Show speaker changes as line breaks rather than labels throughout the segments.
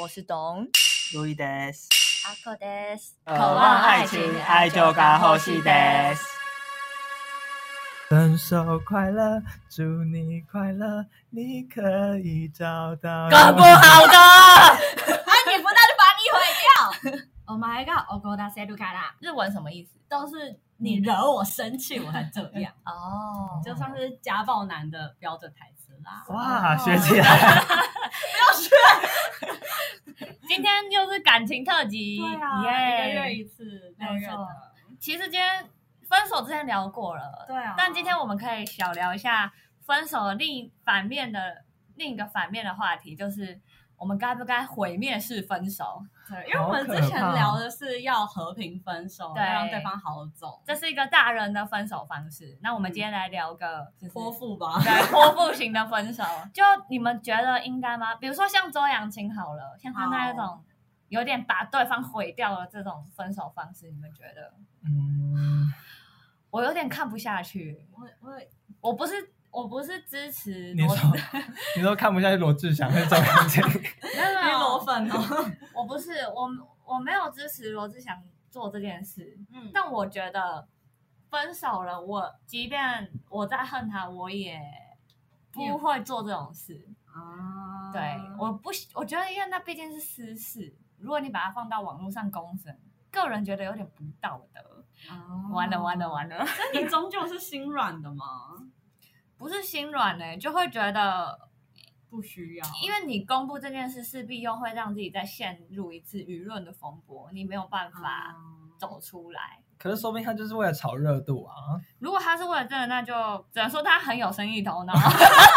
我是董
路易德斯，
阿克です。
渴。
望爱情愛情が欲しいです
分手快乐，祝你快乐，你可以找到
搞不好的。
啊，你不到就把你毁掉。Oh my god，我勾搭谁都卡啦，
日文什么意思？
都是你惹我生气，我才这样，
哦
就算是家暴男的标准台词啦。
哇，学起来！
今天就是感情特辑，
对啊，一个月一次，六月
没错
的。
其实今天分手之前聊过了，
对啊，
但今天我们可以小聊一下分手的另一反面的另一个反面的话题，就是我们该不该毁灭式分手？
对，因为我们之前聊的是要和平分手，
对
要让对方好走，
这是一个大人的分手方式。那我们今天来聊个就是
泼 妇吧。
对泼妇型的分手，就你们觉得应该吗？比如说像周扬青好了，像他那一种有点把对方毁掉了这种分手方式，你们觉得？
嗯，
我有点看不下去，
我我
我不是我不是支持
你
罗
说，你说看不下去罗志祥跟周扬青，
没有没
黑
有
罗粉哦，
我不是我我没有支持罗志祥做这件事，
嗯
但我觉得分手了，我即便我在恨他，我也不会做这种事。
啊
对，我不喜，我觉得因为那毕竟是私事，如果你把它放到网络上公审，个人觉得有点不道德。完了完了完了，
那你终究是心软的吗？
不是心软呢、就会觉得，
不需要，
因为你公布这件事，势必又会让自己再陷入一次舆论的风波，你没有办
啊
法
哦
走出来。
可是说不定他就是为了炒热度啊。
如果他是为了这个，那就只能说他很有生意头脑。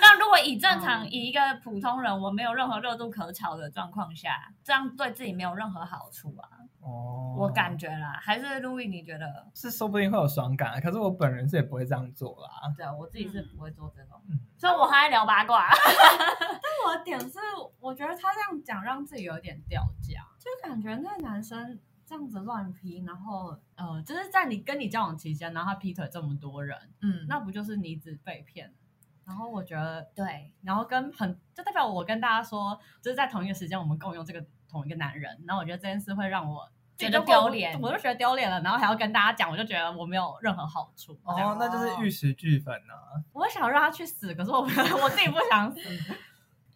但如果以正常、
嗯
以一个普通人，我没有任何热度可炒的状况下，这样对自己没有任何好处啊，
哦，
我感觉啦。还是路易，你觉得？
是说不定会有爽感啊，可是我本人是也不会这样做啊啦。
对啊我自己是不会做这种，
嗯
所以我还在聊八卦。
但我的点是，我觉得他这样讲让自己有点掉价，就感觉那个男生这样子乱劈，然后呃，就是在你跟你交往期间，然后他劈腿这么多人，
嗯
那不就是你只被骗？然后我觉得，
对
然后跟很就代表我跟大家说，就是在同一个时间我们共用这个同一个男人，然后我觉得这件事会让我。
觉得丢脸
我就觉得丢脸了，然后还要跟大家讲，我就觉得我没有任何好处。这样
哦，那就是玉石俱焚啊。
我想让他去死，可是我我自己不想死。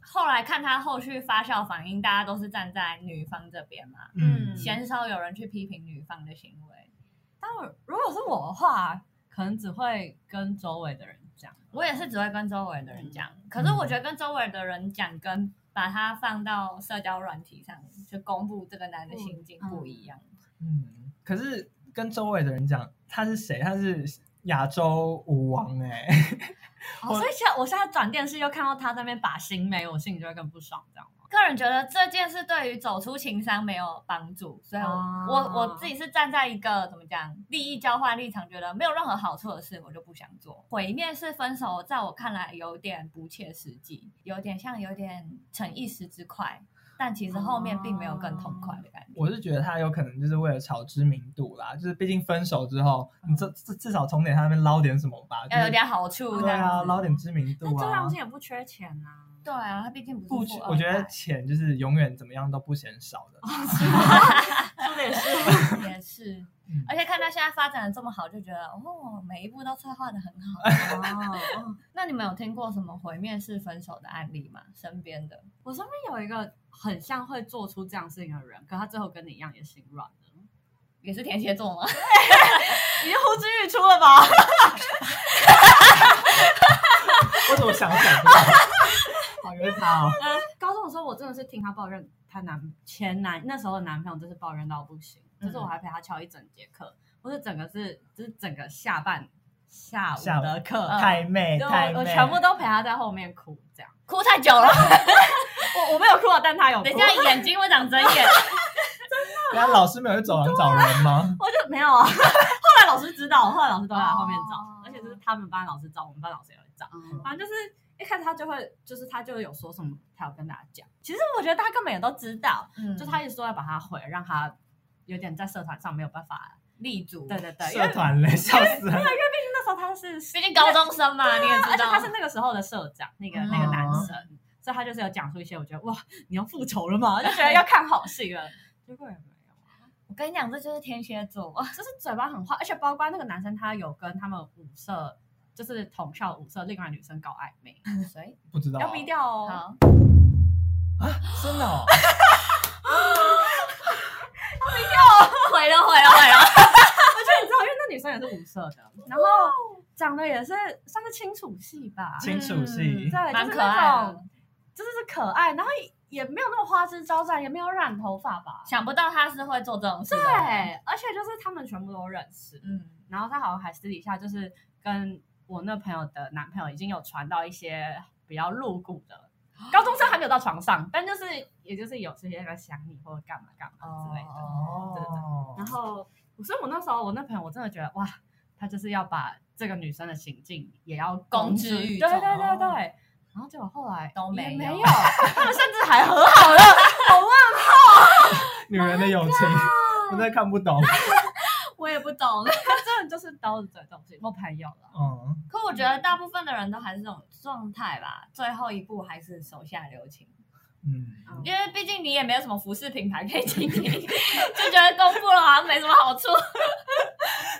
后来看他后续发酵反应，大家都是站在女方这边嘛，
嗯
鲜少有人去批评女方的行为。
但我如果是我的话，可能只会跟周围的人讲。
我也是只会跟周围的人讲，
嗯
可是我觉得跟周围的人讲，跟把它放到社交软体上就公布这个男的心境
嗯
不一样。
嗯，可是跟周围的人讲他是谁，他是亚洲舞王哎、
哦，所以现在我现在转电视又看到他在那边把心没，我心里就会更不爽，这样吗？
个人觉得这件事对于走出情商没有帮助，所以我、
哦
我我自己是站在一个怎么讲利益交换立场，觉得没有任何好处的事我就不想做。毁灭式分手，在我看来有点不切实际，有点像有点逞一时之快，但其实后面并没有更痛快的感觉。
我是觉得他有可能就是为了炒知名度啦，就是毕竟分手之后，你至至至少从点他那边捞点什么吧，就
要有
是
点好处，这
对
样
啊，
子
捞点知名度
那周
啊
扬。青也不缺钱呐、啊。
对啊，他毕竟
不
不是
缺
富，二代
我觉得钱就是永远怎么样都不嫌少 的。
说的也是，
也是
嗯，
而且看他现在发展的这么好，就觉得哦，每一步都策划的很好。啊
哦，
那你们有听过什么毁灭式分手的案例吗？身边的
我身边有一个很像会做出这样事情的人，可他最后跟你一样也心软了。
也是天蝎座吗？
已经呼之欲出了吧？
我怎么想想不到？好冤他哦！
高中的时候，我真的是听她抱怨她男前男那时候的男朋友，真是抱怨到不行，
嗯
就是我还陪她翘一整节课，我是整个是就是整个下半下
下
午
午
的课，
嗯
太妹，
就
太
我我
妹，
全部都陪她在后面哭，这样
哭太久了，
我我没有哭啊，但她有哭，
等一下眼睛会长针 眼。
人家老师没有去走
啊
廊找人吗？
我就没有啊。 后来老师知道，后来老师都在后面找，
哦
而且就是他们班老师找，我们班老师也会找。
嗯
反正就是一开始他就会，就是他就有说什么，他有跟大家讲。其实我觉得大家根本也都知道，
嗯
就他一直说要把他毁了，让他有点在社团上没有办法。
立足，
对，对对，因为
社团嘞，笑死 了！
那时候他是，啊
毕竟高中生嘛，你也
而
知
且
道
他是。那个时候的社长，那个
嗯
那个男生，所以他就是有讲出一些我觉得哇，你要复仇了吗？就觉得要看好 戏了，结果也没有。
我跟你讲，这就是天蝎座，
就是嘴巴很坏，而且包括那个男生他有跟他们五社，就是同校五社另外女生搞暧昧，
嗯谁？
不知道
要逼掉 哦。
好，
啊，真的 哦，
毁了毁了毁了！
而且你知道，因为那女生也是五社的，然后长得也是算是清楚系吧，
清楚
嗯
系，
对，
蛮
就是
可爱
那
的
种，就是可爱，然后也也没有那么花枝招展，也没有染头发吧。
想不到他是啊会做这种事
对
的。，
而且就是他们全部都认识，
嗯，
然后他好像还私底下就是跟我那朋友的男朋友已经有传到一些比较露骨的，高中生还没有到床上，但就是也就是有这些在想你或者干嘛干嘛之类的。
哦
对对然后，所以我那时候我那朋友我真的觉得哇，他就是要把这个女生的行径也要
公之
之
于
对
众
对对
哦
对。然后结果后来
都
也
没
没
有
他们甚至还和好 了。
女人的
，Oh
友情，我真的看不懂，
我也不懂。
他真的就是刀子嘴豆腐心，我朋友了。
嗯，
可我觉得大部分的人都还是这种状态吧，最后一步还是手下留情，
嗯，
嗯
因为毕竟你也没有什么服饰品牌可以经营， 就觉得公布了好像没什么好处。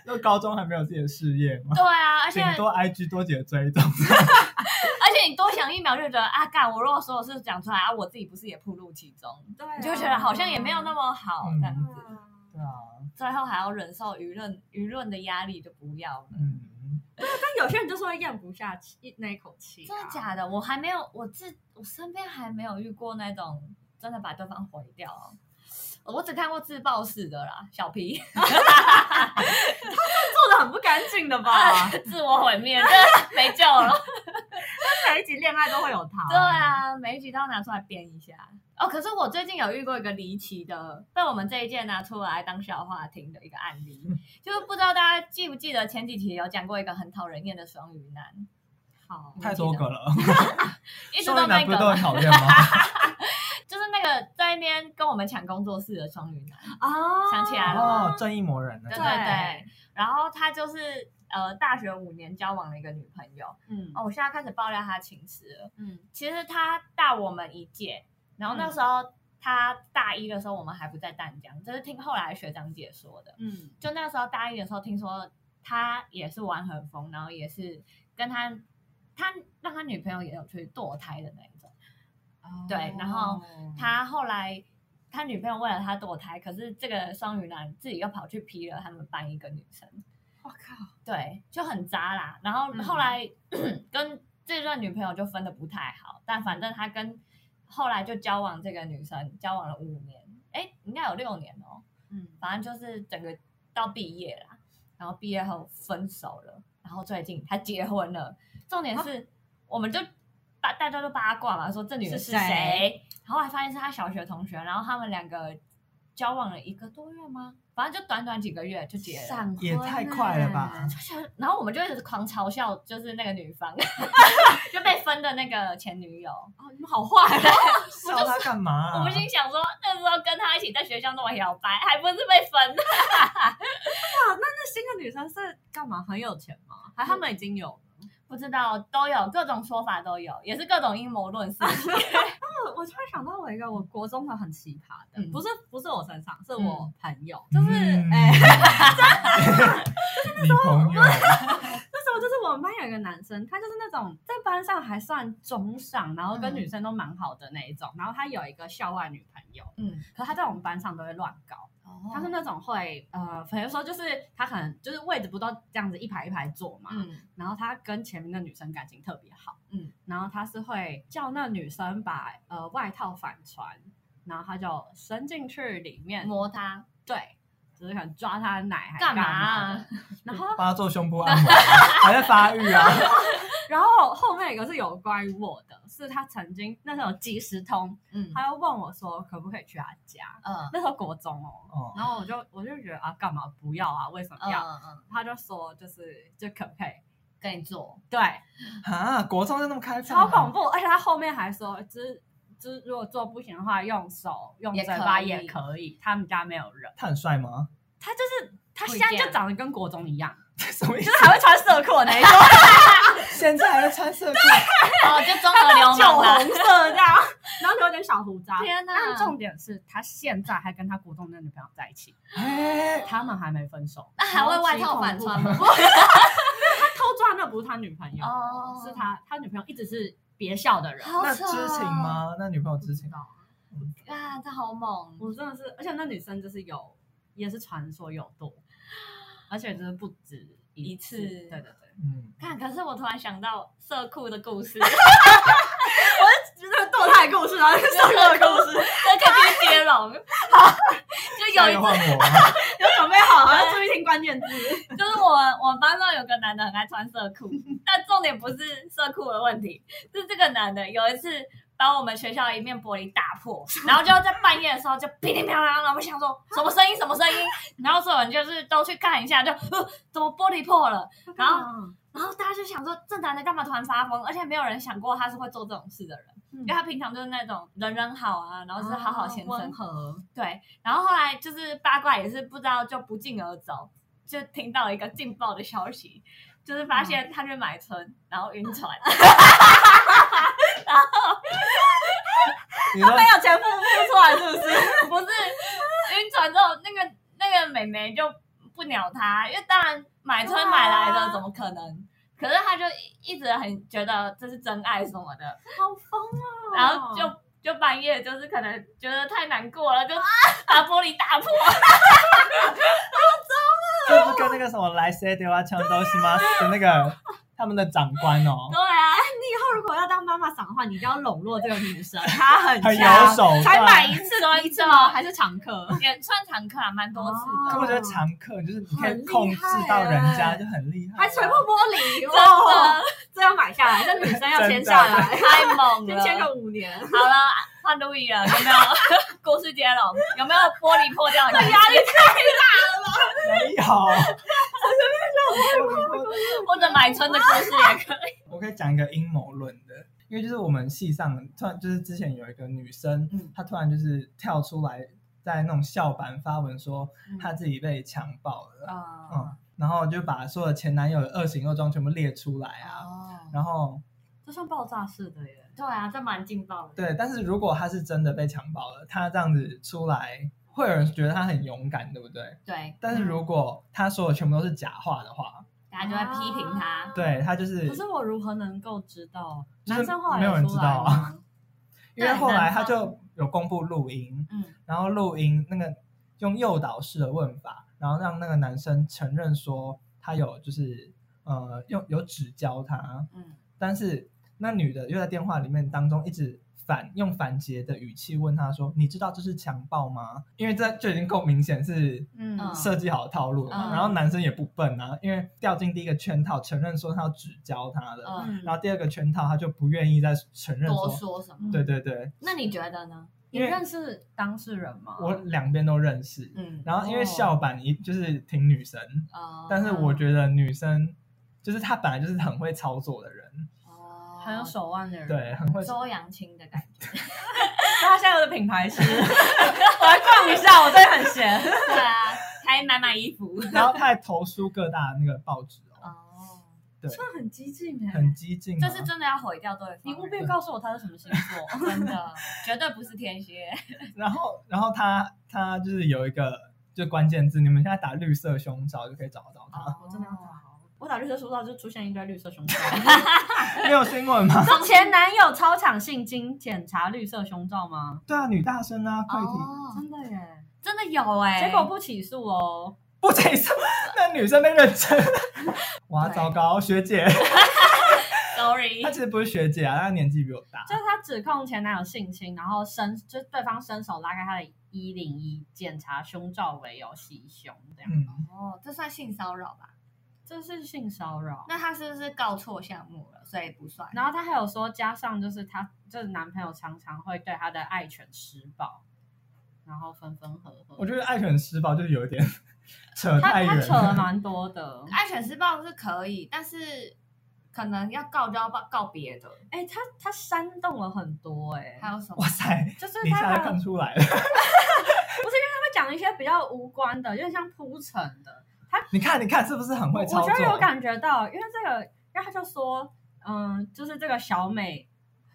那高中还没有自己的事业吗？
对啊，而且
请多 IG 多姐追踪，
而且你多想一秒就觉得啊，干我如果所有事讲出来啊，我自己不是也暴露其中，
对、啊
你就觉得好像也没有那
么。
么好，
嗯
但
对啊，
最后还要忍受舆论舆论的压力，就不要了。
嗯，
但有些人就是会咽不下气那一口气、啊
真的？假的？我还没有，我自我身边还没有遇过那种真的把对方毁掉哦。我只看过自爆式的啦，小皮
做的很不干净的 吧？
自我毁灭，这没救了。
每一集恋爱都会有他。
对啊，每一集都要拿出来编一下。哦，可是我最近有遇过一个离奇的，被我们这一届拿出来当笑话听的一个案 例，就是不知道大家记不记得前几题有讲过一个很讨人厌的双鱼男，
好，
太多个了，
一直
双
都
鱼
那
男不
个
是都
嘛
很，讨 厌吗？
就是那个在那边跟我们抢工作室的双鱼男，
啊，
想起来了
哦，正义魔人呢
对？对啊对，然后他就是呃大学五年交往了一个女朋友，
嗯
哦，我现在开始爆料他情史了，
嗯
其实他大我们一届，然后那时候、他大一的时候我们还不在淡江，这是听后来学长姐说的。
嗯
就那时候大一的时候，听说他也是玩很疯，然后也是跟他他让他女朋友也有去堕胎的那一种。对然后
嗯哦
他后来他女朋友为了他堕胎，可是这个双鱼男自己又跑去劈了他们班一个女生。
我靠，
对，就很渣啦。然后
嗯
后来、 跟这任女朋友就分的不太好，但反正他跟后来就交往这个女生交往了五年，哎，应该有六年哦。
嗯
反正就是整个到毕业啦，然后毕业后分手了，然后最近他结婚了。重
啊
点是，我们就八大家都八卦嘛，说这女的
是
是
谁
谁，然后还发现是他小学同学，然后他们两个交往了一个多月吗？反正就短短几个月就结了。
闪婚
也太快了吧
啊
欸！
然后我们就一直狂嘲笑，就是那个女方 就被分的那个前女友。
哦，你们好坏啊！
笑他干嘛啊？
我们心想说，那时候跟他一起在学校那么摇摆，还不是被分？
那新的女生是干嘛？很有钱吗？还他们已经有了？
不知道都有各种说法都有，也是各种阴谋论事情。
我我突然想到我一个我国中的很奇葩的，
嗯
不是不是我身上，是
嗯
我朋友，就是 哎、
你嗯朋友，
那时候就是我们班有一个男生，他就是那种在班上还算中上，然后
嗯
跟女生都蛮好的那一种，然后他有一个校外女朋友，
嗯，
可他在我们班上都会乱搞。他
他
是
是
那种会，呃，比如说就是他可能就是位置不都这样子一排一排坐嘛，
嗯
然后他跟前面的女生感情特别好，
嗯，
然后他是会叫那女生把呃外套反穿，然后他就伸进去里面，
嗯摸他，
对，就是可能抓他的奶还
干嘛
嘛
啊
的，然后
帮他做胸部按 摩，还在发育啊？
然后后面一个是有关于我的，是他曾经那时候即时通，
嗯
他又问我说可不可以去他家，
嗯
那时候国中哦。
哦，
然后我就我就觉得啊，干嘛不要啊？为什么
嗯
要？
嗯，
他就说就是就可不可以？
跟你做，
对，
啊，国中就那么开放
超
啊，
恐怖，而且他后面还说，就是就是如果做不行的话，用手用
也
嘴巴
可以
也可以。他们家没有人，
他很帅吗？
他就是他
不
现
一
在就
样
长得跟国中一样，
什么意思
就？是 还会穿色裤的 那一种，
现在还会穿色裤？
哦，就综合 流
酒
氓
红
啦。
色这样，然后留点小胡渣。
天哪
但重点是他现在还跟他国中的女朋友在一起，
哎，
他们还没分手。
那还会外套反穿 吗？
哦他偷抓那不是他女朋友，
哦
是他他女朋友一直是别校的人。
好
那
扯
知
哦
情？吗？那女朋友知情？
道，
啊，这好猛！
我真的是，而且那女生就是有，也是传说有多，而且就是不止
一
一
次
对对对，
嗯，
看，可是我突然想到色裤的故事，
就是那个堕胎故 事，然后上课的故事，
这可以接龙。 就有
下一
一
个
次，
换我啊吗，
有准备好，然后注意听关 键字。
就是我们我们班上有个男的很爱穿色裤，但重点不是色裤的问题，是这个男的有一次把我们学校的一面玻璃打破，然后就在半夜的时候就噼里啪啦，然后我们想说什么声音什么声音，然后所有人就是都去看一下，就、呃、怎么玻璃破了，然后
嗯
然后大家就想说，这男的干嘛突然发疯？而且没有人想过他是会做这种事的人，因为他平常就是那种人人好啊，然后是好好先生，
哦温和，
对。然后后来就是八卦也是不知道就不胫而走，就听到一个劲爆的消息，就是发现他去买春，然后晕船，
你说
没有钱付付出来是不是？
不是晕船之后那个那个美眉就不鸟他，因为当然买春买来
对
的
啊
怎么可能？可是他就一一直很觉得这是真爱什么的，
好疯啊！
然后就就半夜就是可能觉得太难过了，就把玻璃打破。
这不跟那个什么来塞丢啊抢东西吗？的那 个他们的长官哦，
对啊，
以后如果要当妈妈桑的话，你一定要笼络这个女 生，她很
很有
强
手段。
才买哦一次
多
一次吗？还是常客？
也算常客啊，蛮多次
可
的。
我觉得常客就是你可以控制到人家就很厉害，
欸还吹破玻 璃，
真的
哦这要买下来，这女生要签下来，
太猛
先
了！
签个五年。
好了，换路易了，有没有？ 故事接龙有没有玻璃破掉的感觉？
压力
没 有。
或者买春的故事也可以。
我可以讲一个阴谋论的，因为就是我们系上突然就是之前有一个女生，
嗯
她突然就是跳出来在那种校版发文说
嗯
她自己被强暴了，
啊
嗯，然后就把所有前男友的恶行恶状全部列出来啊，
哦，
然后
这算爆炸式的耶！
对啊，这蛮劲爆的。
对，但是如果他是真的被强暴了，他这样子出来，会有人觉得他很勇敢，对不对？
对，
但是如果他说的全部都是假话的话，
大家就会批评他
啊。
对他就是
可是我如何能够知道？
就是
男生后来
没有人
出
知
来
道啊
吗？
因为后来他就有公布录音，
嗯，
然后录音那个用诱导式的问法，然后让那个男生承认说他有就是呃用有指教他，
嗯，
但是那女的又在电话里面当中一直反用反诘的语气问他说：“你知道这是强暴吗？”因为这就已经够明显是
嗯
嗯
设计好的套路了嘛。
嗯
然后男生也不笨啊，因为掉进第一个圈套，承认说他要指教他的，
嗯
然后第二个圈套他就不愿意再承认
多说
说，
嗯什么？
对对对，
那你觉得呢？
你
因为
认识当事人吗？嗯
我两边都认识。
嗯，
然后因为
哦
校版一就是挺女神，
哦
但是我觉得女生就是她本来就是很会操作的人，
哦
很有手腕的人，，
对，很会
周扬青的感觉。
他现在有的品牌是， 我来逛一下，我真的很闲。
对啊，还买买衣服。
然后他还投书各大那个报纸哦，
哦，
对，
算很激进 哎、
很激进、啊。
嗯这是真的要毁掉对方。
你务必告诉我他是什么星 座。
真的，绝对不是天蝎。
然后，然后他他就是有一个就关键字，你们现在打绿色胸罩就可以找得到他。
我真的要打 哦。我打绿色书照就出现一堆绿色胸罩，
没有新闻吗？
送 前男友操场性侵检查绿色胸罩吗？
对啊，女大生啊，快艇
哦，
的耶，
真的有哎、
结果不起诉哦。
不仅是那女生被认 真，哇，
对
糟糕，学姐，
，sorry，
她其实不是学姐啊，她年纪比我大
就。是他指控前男友性侵，然后伸就是对方伸手拉开他的一零一，检查胸罩为由袭胸，这样、
嗯，
哦，这算性骚扰吧？
这是性骚扰。
那他是不是告错项目了，所以不算？
然后他还有说，加上就是他就是男朋友常常会对他的爱犬施暴，然后分分合合。
我觉得爱犬施暴就是有一点 扯
他
太远
他扯了
了。
蛮多的。
爱犬施暴是可以，但是可能要告就要告告别的，
哎、他他煽动了很多哎、
还有什么
哇？塞，
就是
你现
他
在
可能
看
他
出来了，
会讲一些比较无关的，有点像铺陈的。
你看，你看，是不是很会
我
操
觉
作？
得有感觉到，因为这个，因为他就说，嗯，就是这个小美，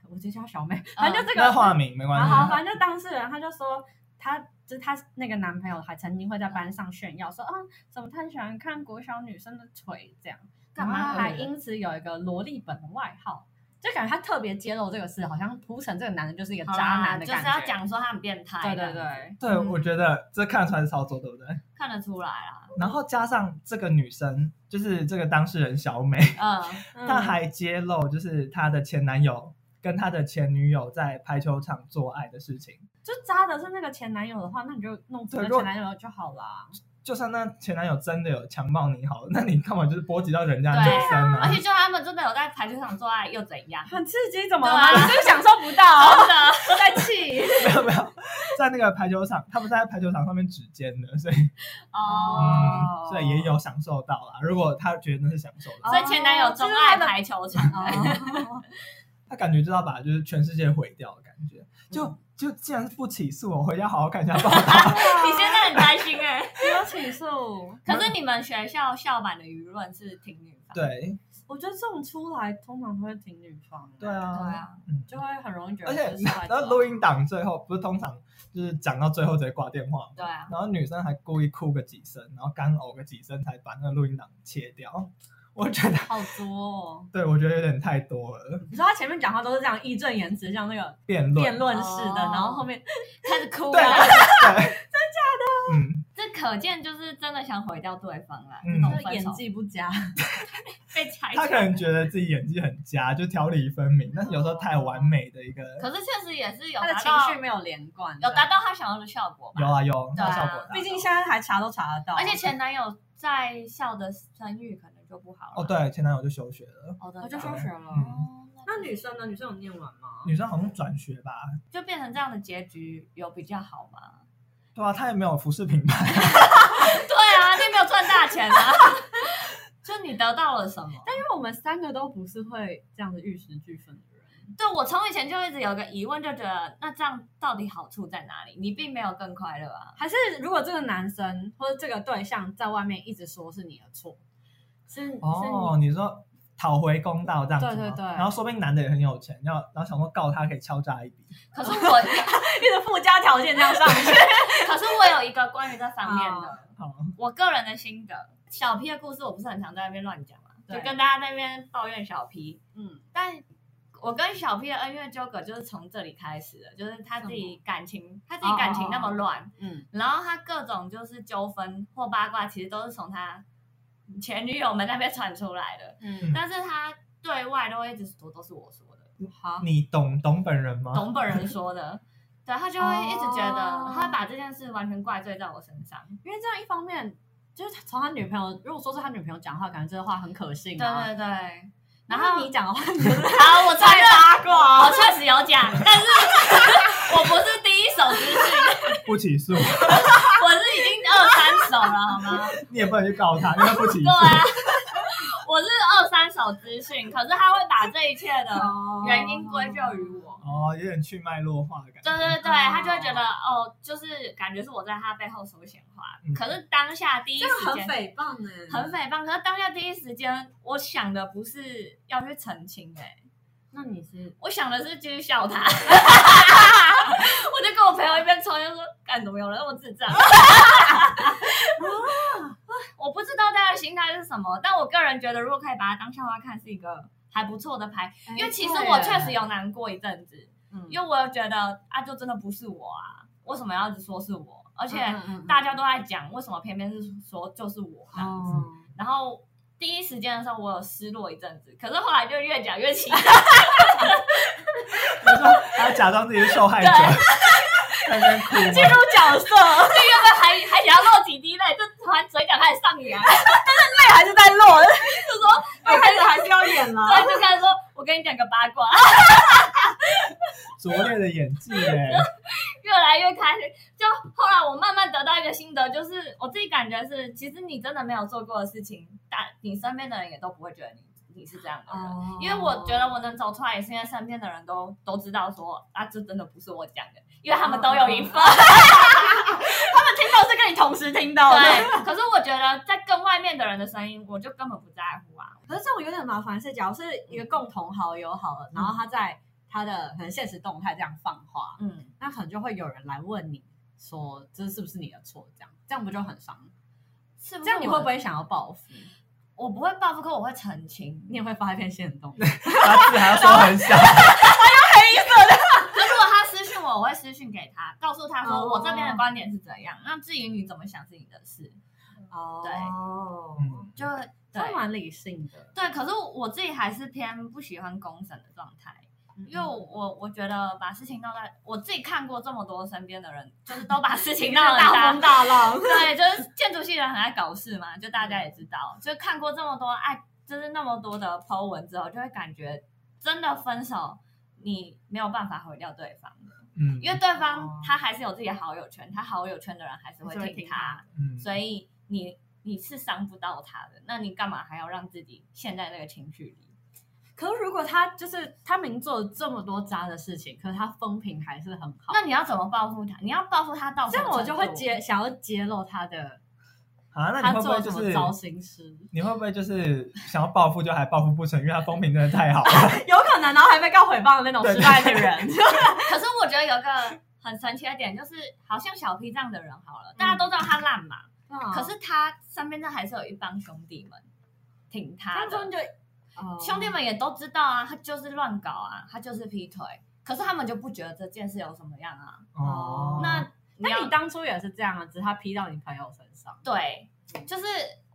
我就叫小美，反
嗯
正就这个
那化名没关
啊
系。
好，反正就当事人他就说他。就是她那个男朋友还曾经会在班上炫耀说啊，怎么他很喜欢看国小女生的腿这样，干
啊
嘛还因此有一个萝莉本的外号，就感觉他特别揭露这个事，好像铺陈这个男的就是一个
好
渣
啦，
男的
就是
感觉。
要讲说他很变态，
对对，对，
对，我觉得这看得出来是操作，对不对？
看得出来啦。
然后加上这个女生，就是这个当事人小美，
嗯，
她还揭露就是她的前男友跟她的前女友在排球场做爱的事情。
就渣的是那个前男友的话，那你就弄出
对
个
如果
前男友就好啦。
就算那前男友真的有强暴你好了，那你干嘛就是波及到人家的女啊
对
啊
生呢、
而且就他们真的有在排球场做爱又怎样？
很刺激，怎么
对
了
啊
吗？你是不是享受不到，
真的，
在气。
没有没有，在那个排球场，他们在排球场上面指尖的，所以、
哦。
嗯、所以也有享受到啦。如果他觉得那是享受的，
所以前男友钟爱排球场，
哦，
他感觉就要把就是全世界毁掉的感觉。就、
嗯
就既然不起诉我，回家好好看一下报道。
你现在很开心哎、
没有起诉，
可是你们学校校版的舆论是挺女方，
对
我觉得这种出来通常都会挺女方的，
对，啊，
对啊，
嗯。
就会很容易觉得
而且
是出 来
然后录音档最后不是通常就是讲到最后直接挂电话吗，
对啊，
然后女生还故意哭个几声，然后干呕个几声才把那个录音档切掉。我觉得，
好多哦。
对我觉得有点太多了，
你说他前面讲话都是这样义正言辞，像那个
辩论，
辩论啊式的，
哦
然后后面
开始哭
对啊，
了。
对，真假的？嗯，
这可见就是真的想毁掉对方啦，
嗯
这种
就
分手
演技不佳，
被拆穿。
他可能觉得自己演技很佳，就条理分明，但是有时候太完美的一个，
可是确实也是有
他的
达
情
到
绪没有连贯，
有达到他想要的效果吧
有。啊有，
对啊
那效果大
毕竟现在还查都查得到，
而且前男友在校的声誉可能就不好了。
哦，对，前男友就休学了，
哦，对，
我
我
就啊
说
休学了。
嗯
那女生呢？女生有念完吗？
女生好像转学吧，
就变成这样的结局有比较好吗？
对啊，她也没有服饰品牌，
对啊，你没有赚大钱啊， 就你得到了什么？
但因为我们三个都不是会这样子玉石俱焚的人，
对我从以前就一直有个疑问，就觉得那这样到底好处在哪里？你并没有更快乐啊。
还是如果这个男生或者这个对象在外面一直说是你的错，是是你
哦，你说讨回公道这样子吗，
对对对
然后说不定男的也很有钱，要然后想说告他可以敲诈一笔，
可是我，
一直附加条件这样上去，
可是我有一个关于这方面的，
好，
我个人的心得。小 P 的故事我不是很常在那边乱讲嘛，啊就
对
跟大家在那边抱怨小 P。
嗯，
但我跟小 P 的恩怨纠葛就是从这里开始的，就是他自己感情，他自己感情那么乱，
嗯，
然后他各种就是纠纷或八卦，其实都是从他前女友们那边传出来的，
嗯，
但是他对外都会一直说都是我说的，
好，
你懂懂本人吗？
懂本人说的。对他就会一直觉得
啊哦
他会把这件事完全怪罪在我身上。
因为这样一方面就是他从他女朋友，如果说是他女朋友讲话，感觉这话很可信
对
啊。
对对，
然
然
后
后
你讲的话，你就是
好，我承认
八
我
卦，
确实有讲，但是 我不是第一手资讯，
不起诉，
我是已经二三手了，好吗？
你也不能去告他，因为不起
对
诉。
啊， 我是二三手资讯，可是他会把这一切
哦
的 原因归咎于我。
哦，有点去脉弱化的感觉。
对对对，他就会觉得哦，就是感觉是我在他背后说闲话。
嗯
可是当下第一
这样
时
很
间
诽谤哎，
很。诽谤，可是当下第一时间，我想的不是要去澄清、欸，
那你是
我想的是继续笑他。 我就跟我朋友一边抽烟说：“干怎么有人那么智障？” 我不知道大家的心态是什么，但我个人觉得，如果可以把它当笑话看，是一个还不错的牌。
哎
因为其实我确实有难过一阵子，因
为
为我有觉得啊，就真的不是我啊，为什么要一直说是我？而且
嗯嗯嗯嗯
大家都在讲，为什么偏偏是说就是我这样子？
哦，
然后第一时间的时候，我有失落一阵子，可是后来就越讲越气，
你说他假装自己是受害者，在那边哭
进
吗？
入角色，
就原本还还想要落几滴泪，就突然嘴角开始上扬，
泪还是在落，
就说
刚开始还是要演啦。
对，就开始说，我跟你讲个八卦，
拙劣的演技耶，
越来越开心。就后来我慢慢得到一个心得，就是我自己感觉是，其实你真的没有做过的事情，但你身边的人也都不会觉得你你是这样的人。
哦
因为我觉得我能走出来，也是因为身边的人都都知道说啊，这真的不是我讲的，因为他们都有一份。
听到是跟你同时听到的，
哦对，可是我觉得在更外面的人的声音，我就根本不在乎啊。
可是这种有点麻烦是，假如是一个共同好友好了，然后他在他的可能现实动态这样放话，
嗯，
那可能就会有人来问你说这是不是你的错？这样这样不就很伤？
是不是我？
这样你会不会想要报复？
我不会报复，可我会澄清。
你也会发一篇 现动？
他字还要说很小，
可如果他私讯我，我会私讯给他，告诉他说
哦
我这边的观点是怎样。那至于你怎么想是你的事，
哦，
对
嗯，
就对
他蛮理性的，
对。可是我自己还是偏不喜欢公审的状态。
嗯
因为我我我觉得把事情闹大，我自己看过这么多身边的人，就是都把事情闹得很
大
大
风 大浪，
对，就是建筑系人很爱搞事嘛，就大家也知道，就看过这么多爱，就是那么多的 Po 文之后，就会感觉真的分手，你没有办法毁掉对方，
嗯，
因为对
哦
方他还是有自己的好友圈，他好友圈的人还是会
还是会
听
听
他，
嗯
所以你你是伤不到他的，那你干嘛还要让自己陷在这个情绪里？
可是如果他就是他明做了这么多渣的事情，可是他风评还是很好，
那你要怎么报复他？你要报复他到
这样我就会
接。
揭想要揭露他的
啊，那
他
你会不
做
会
了
就
什
是
么糟心事，
你会不会就是想要报复，就还报复不成，因为他风评真的太好 了。
有可能，然后还被告诽谤的那种失败的 人，
可是我觉得有一个很神奇的点，就是好像小 P 这样的人好了，大家都知道他烂嘛，可
可是
是他身边这还是有一帮兄弟们挺他
他
的，
终究哦
兄弟们也都知道啊，他就是乱搞啊，他就是劈腿，可是他们就不觉得这件事有什么样啊。
哦
那你
那
要
你当初也是这样啊，只是他批到你朋友身上，
对，就是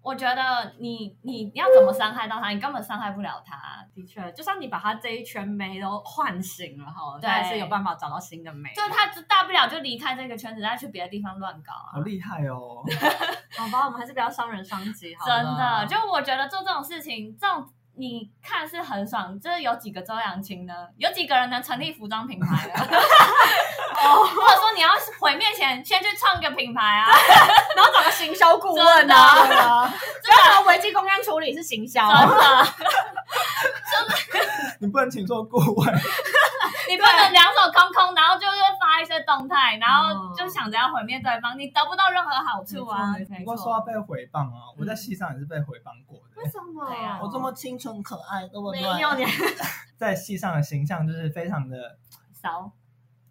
我觉得你你你要怎么伤害到他，你根本伤害不了他。
的确，就算你把他这一圈妹都唤醒了哈，
对
他还是有办法找到新的妹。
就他大不了就离开这个圈子，再去别的地方乱搞啊
好。厉害哦！
好吧，我们还是不要伤人伤己好
真
了。
的，就我觉得做这种事情，这种你看是很爽，就是有几个周扬青呢？有几个人能成立服装品牌了？哦， 或者说你要毁灭前，先去创个品牌啊！
然后找个行销顾
真
问
的
啊，
对啊，
不要说危机公关处理是行销
真，的，
你不能请做顾问，
你不能两手空空，然后就是发一些动态，然后就想着要毁灭对方，你得不到任何好处啊！
不过说到被诽谤啊，我在戏上也是被诽谤过的。
什么
对啊
我这么清纯可爱，那么
没
暖
有你，
在戏上的形象就是非常的。
骚，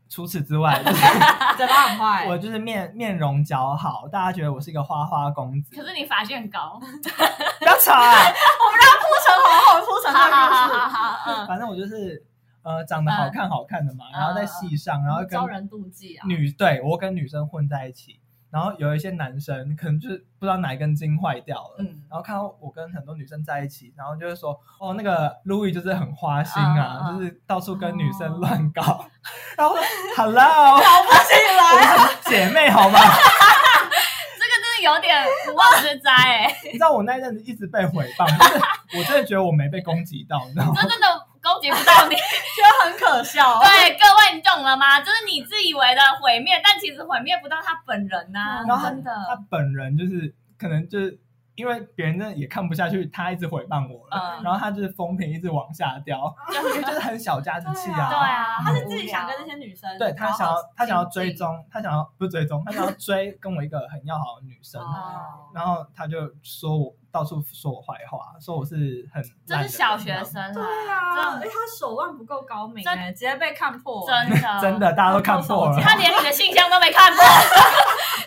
除此之外，就是
嘴巴很坏。
我就是面面容姣好，大家觉得我是一个花花公子。
可是你发现高，
不要吵啊！
铺陈好好，铺陈
好好
好
好
好，
好，嗯，
反正我就是呃长得好
嗯
看好看的嘛，然后在戏上，然后跟
招人妒忌啊。
女对我跟女生混在一起，然后有一些男生可能就是不知道哪一根筋坏掉了，
嗯
然后看到我跟很多女生在一起，然后就是说哦那个 Louis 就是很花心啊，
嗯嗯哦
就是到处跟女生乱搞， 然后我说 Hello，
啊
搞不 起
我
来，
们是姐妹 好吗？
这个真的有点无妄之灾哎。
你知道我那一阵子一直被毁谤，就是我真的觉得我没被攻击到，你知道吗？
这真的勾结不到你。
觉得很可笑。
对，各位你懂了吗？就是你自以为的毁灭，但其实毁灭不到他本人呐、
然后
真
他
的，
本人就是可能就是因为别人真的也看不下去，他一直毁谤我了，
嗯
然后他就是风评一直往下掉，
就是
因为就是很小家子气嗯
对啊，
他是自己想跟那些女生搞好，
对他想要他想要追
亲近。
踪，他想要不是追踪，他想要追跟我一个很要好的女生，
哦，
然后他就说我到处说我坏话，说我是很
这
烂
是
的
小
人
学，生啊，
对啊，因为他手腕不够高明
真
欸，直接被看破。哎
真的
真，的大家都看破了，
他连你的信箱都没看过，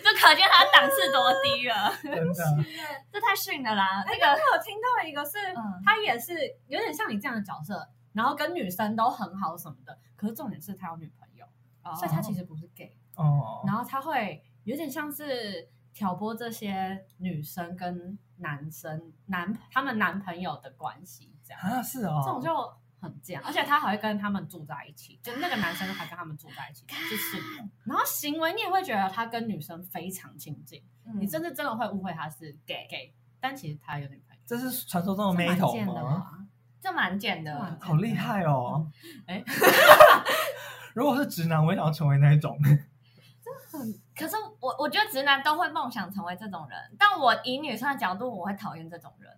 就可见他档次多低了，
真的
哎，
这太逊了啦，这
刚刚
个。
有听到一个是，
嗯，
他也是有点像你这样的角色，然后跟女生都很好什么的，可是重点是他有女朋友，
哦
所以他其实不是 gay，
哦，
然后他会有点像是挑拨这些女生跟男生男他们男朋友的关系这样。
啊是哦，
这种就很贱，而且他还会跟他们住在一起，就那个男生还跟他们住在一起，是室
啊
友。然后行为你也会觉得他跟女生非常亲近，哦你
嗯
你
甚至真的会误会他是 gay gay，但其实他有女朋友。
这是传说中的
蛮
m 头
贱的
吗？
嘛？
这蛮贱的
这，蛮贱
好厉害哦！
哎，
如果是直男，我也想要成为那一种。
可是我我觉得直男都会梦想成为这种人，但我以女生的角度，我会讨厌这种人。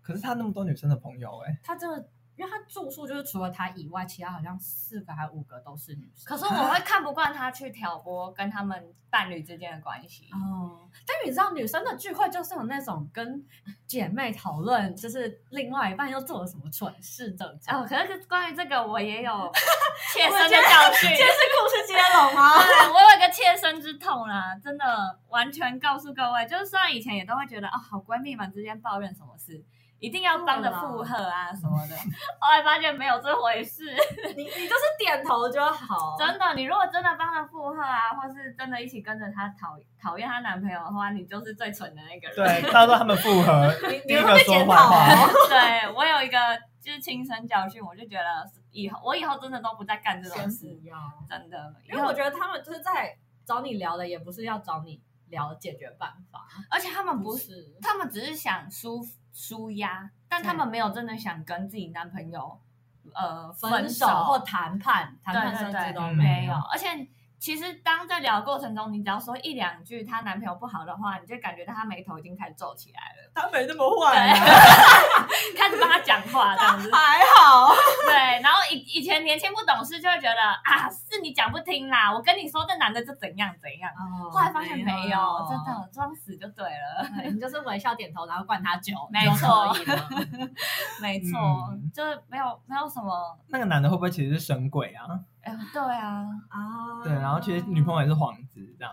可是他那么多女生的朋友、哎，
他真的因为他住宿就是除了他以外，其他好像四个还五个都是女生。
可是我会看不惯他去挑拨跟他们伴侣之间的关系。
哦，但你知道女生的聚会就是有那种跟姐妹讨论，就是另外一半又做了什么蠢事的。
哦，可是关于这个我也 有切
我
身
觉
的
得
教训，
这是故事接龙吗？
对，我有一个切身之痛啦，真的完全告诉各位，就是虽然以前也都会觉得哦，好闺蜜们之间抱怨什么事，一定要帮着附和啊什么的，后来发现没有这回事。
你你就是点头就好。
真的，你如果真的帮着附和啊，或是真的一起跟着她讨讨厌她男朋友的话，你就是最蠢的那个人。
对，到时候他们复合，
你
第
你
一
会
个
被
说
检
坏
讨
话。
哦。
对我有一个呃就是亲身教训，我就觉得以后我以后真的都不再干这种事，
要，
真的，
因为我觉得他们就是在找你聊的，也不是要找你聊解决办法，
而且他们不是。
是
他们只是想舒舒压，但他们没有真的想跟自己男朋友呃
分手或谈判，谈判
对对
甚
对
至都
嗯
没有
有。。。
而且其实当在聊的过程中，你只要说一两句她男朋友不好的话，你就感觉到她眉头已经开始皱起来了，
他没那么坏、
对
啊。
开始帮她讲话这样子
还好，
对，然后以以前年轻不懂事就会觉得啊，是你讲不听啦，我跟你说这男的就怎样怎样。
哦
后来发现没有，真的装死就对了。
对，你就是微笑点头，然后灌他酒，
没
就
错
可以了
没错，
嗯
就是没有没有什么，
那个男的会不会其实是神鬼啊？
哎，对啊，
啊
对，然后其实女朋友也是幌子这样。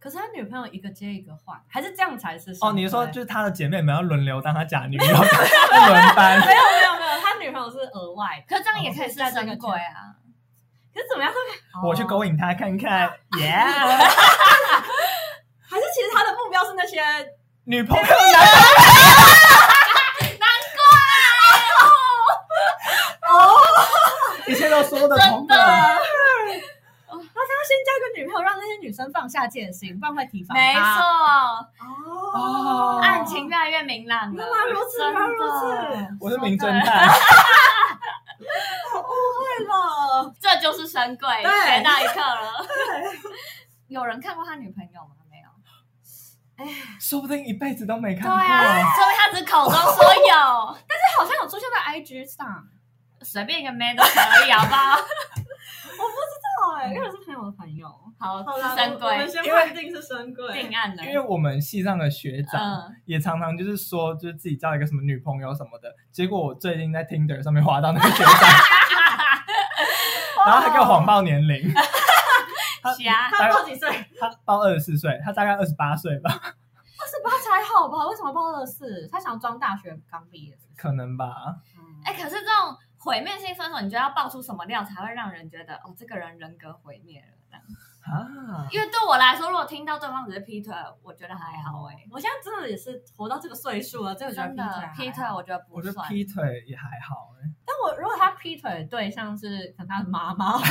可是他女朋友一个接一个换，还是这样才是
哦，你说
对
就是他的姐妹们要轮流当他假女友，轮班
没。有没有没有，他女朋友是额外的，
可这样也可以是神鬼啊！
可是怎么样都可以
我去
哦
勾引他看看，耶！
还是其实他的目标是那些
女朋友男
哦，
一切都说得通
真的
他要先交个女朋友，让那些女生放下戒心，不然会提防
没
他。
错，
哦
哦
案情越来越明朗了。
啊原来如此
真的
原来如此
我是名侦。探，
对了，
这就是神鬼，
对
学到一课了。 有人看过他女朋友吗？没有。
说不定一辈子都没看
对
过。
啊，说明他只口中说有，
这好像有出现在 IG 上，
随便一个 man 都可以，好不好？
对，因为我是朋友的朋友。
好，是神鬼
先判定是神鬼。
定案了
因。为我们系上的学长
嗯
也常常就是说，就是自己交一个什么女朋友什么的，结果我最近在 Tinder 上面滑到那个学 长，然后他给我谎报年龄，他
瞎
他
几岁？二
他报二十四岁，他大概二十八岁吧，
十八才好吧？为什么报二四？他想装大学刚毕业。
可能吧。
嗯
哎，可是这种毁灭性分手，你觉得要爆出什么料才会让人觉得哦，这个人人格毁灭了？这样
啊，
因为对我来说，如果听到对方只是劈腿，我觉得还好哎、
我现在真的也是活到这个岁数了，真的觉得
真
劈
的
腿
劈腿，
还好
我觉得
我
不
觉得
算。
劈腿也还好哎、
但我如果他劈腿的对象是可能他的妈 妈，或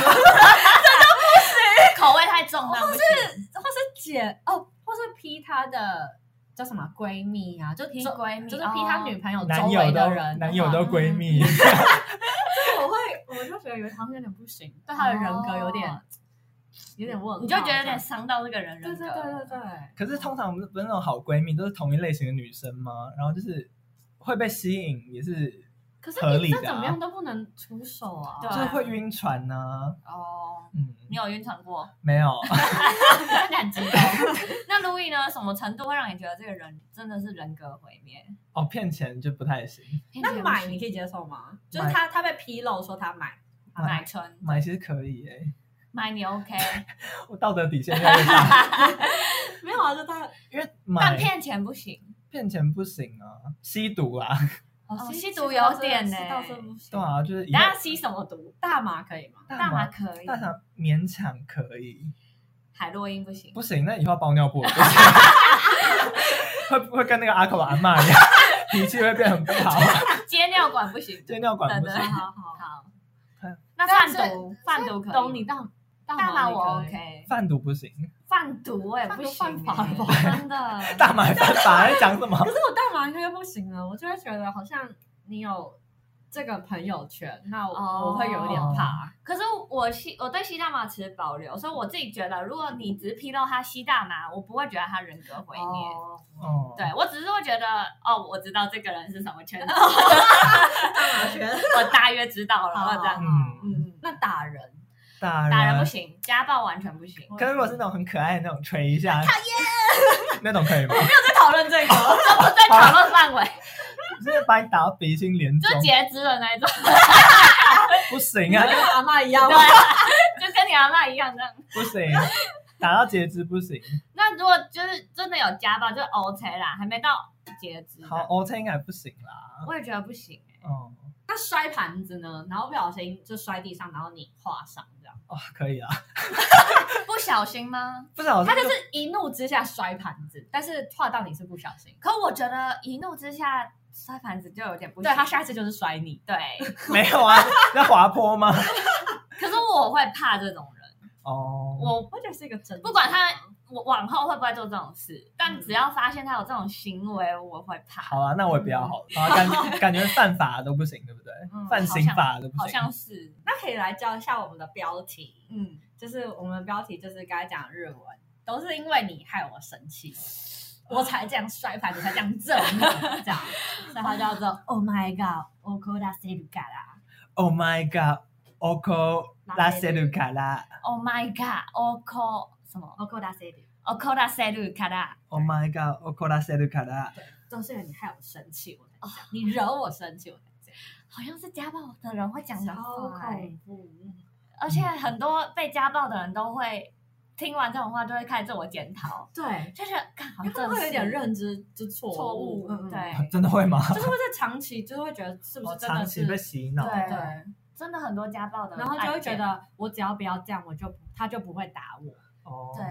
口味太重，
哦
那不是
是姐哦，或是劈他的叫什么闺蜜啊，就
劈
周
闺蜜，
就是劈他女
哦。
朋友周
男友
围
都
的嗯人，
男友都闺蜜，
我会，我就觉得有好像有点不行，对他的人格有点、
哦
有点问号，
你就觉得有点伤到这个人
这
人
样
格，
对对对对对。
可是通常不是不是那种好闺蜜都是同一类型的女生吗？然后就是会被吸引，也是
可
合
是
理
你
的
这
啊
怎么样都不能出手啊！
对
就是会晕船呢、
哦，
嗯，
你有晕船过？
没 有，
有点激动。
那 Louis 呢？什么程度会让你觉得这个人真的是人格毁灭？
哦，骗钱就不太行。
那买你可以接受吗？就是
买
他他被披露说他买，
买春
买其实可以哎、
买你 OK，
我道德底线越来越大，
没有啊，就他
因为
但
买
骗钱不行。
骗钱不行啊，吸毒啊，
哦，吸毒有点欸呢、
倒是不行
对。啊，就是以后
大家吸什么毒？
大麻可以吗？
大麻
麻
可以，
大麻勉强可以，
海洛因不行。
不行，那以后要包 尿布了，不行会会跟那个阿口的阿嬷一样， 脾气会变很不 好，
接尿管不行。
接尿管不行
对。对
好好好，
好
他，
那
但
贩
是
毒贩毒可以，
懂你大
大
大
麻
麻
我
也可以
OK，
贩毒不行，
贩毒我也不行、
贩毒犯法吧
欸， 真的。
大 麻犯法在讲什么
啊可？是我大麻应该不行了，我就会觉得好像你有这个朋友圈，那我,、
哦
我会有一点怕。
可是我吸我对吸大麻持保留，所以我自己觉得，如果你只批斗他吸大麻，我不会觉得他人格毁灭。
哦，
哦，
对，啊我只是会觉得，哦，我知道这个人是什么圈 子，
大麻圈，
我大约知道了，
哦
这样。
嗯，
嗯，
那打人，
打人
打人不。行，家暴完全不 行。
可是如果是那种很可爱的那种捶一
啊
下，讨厌， 那种可以吗？
在讨论这个，
这不在讨论范围，
就是把你打到鼻青脸
就
肿，
截肢的 那一种，
不行
你
啊
跟，阿妈一样吗？
对，就跟你阿妈一样这样。
不行，打到截肢不行。
那如果就是真的有家暴，就 OK 啦，还没到截肢。
好，我猜应该不行啦。
我也觉得不行欸
哦，
那摔盘子呢？然后不小心就摔地上，然后你划伤这样。
哦，可以啦。
不小心吗？
不小心
他就是一怒之下摔盘子，但是划到你是不小心。
可我觉得一怒之下摔盘子就有点不行。
对他下一次就是摔你，
对，
就没有啊，在滑坡吗？
可是我会怕这种人，
哦，
我
我觉得是一个真。
不管他我往后会不会做这种事，但只要发现他有这种行为，我会怕。
好啦，那我也不要
嗯
好了，好啦感感觉犯法都不行，对不对？
嗯
犯刑法都不行。
好像是，
那可以来教一下我们的标题，
嗯，
就是我们的标题就是刚才讲日文，都是因为你害我生气，我才这样摔盘子，才这样 揍你，这样，所以它叫做 Oh my God，我哭到谁都嘎啦。
Oh my god, Oko la s e l u k a a
Oh my god! o k o 什么
我哭到谁都，
o k o da s e r u k a d a
Oh my god, Oko la s e l u k a a
都是因为你害我生气，我才这样，你惹我生气，我才这样，
好像是家暴的人会讲的
超
话欸
恐怖。
而且很多被家暴的人都会听完这种话就会开始自我检讨，
对，
就是看好像
会
真
不
的
会
是
有点嗯认知就错
错误，对，，
真的会吗？
就是会在长期就是会觉得是不
我
是真的
长期
是
被洗脑。
对
对，
真的很多家暴的人，
然后就会觉。得我只要不要这样，我就他就不会打我。
哦，
对，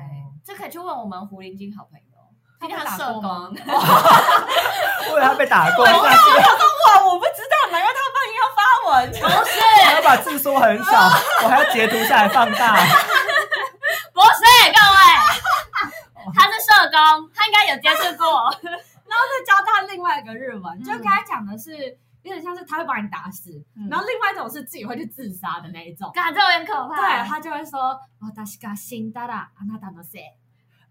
这可以去问我们狐狸精好朋友，
他
毕竟
被打
社
过
工，
吗
我以为他被打过，但是
哇，我不知道，难怪他半夜要发文。
我要把字说很少，我还要截图下来放大。
不是各位， 他是社工，他应该有接触过，
再教他另外一个日文，
嗯
就刚才讲的是有点像是他会把你打死，
嗯
然后另外一种是自己会去自杀的那一种。
感觉有点可
对
怕。，
他就会说“私が死んだらあなたのせい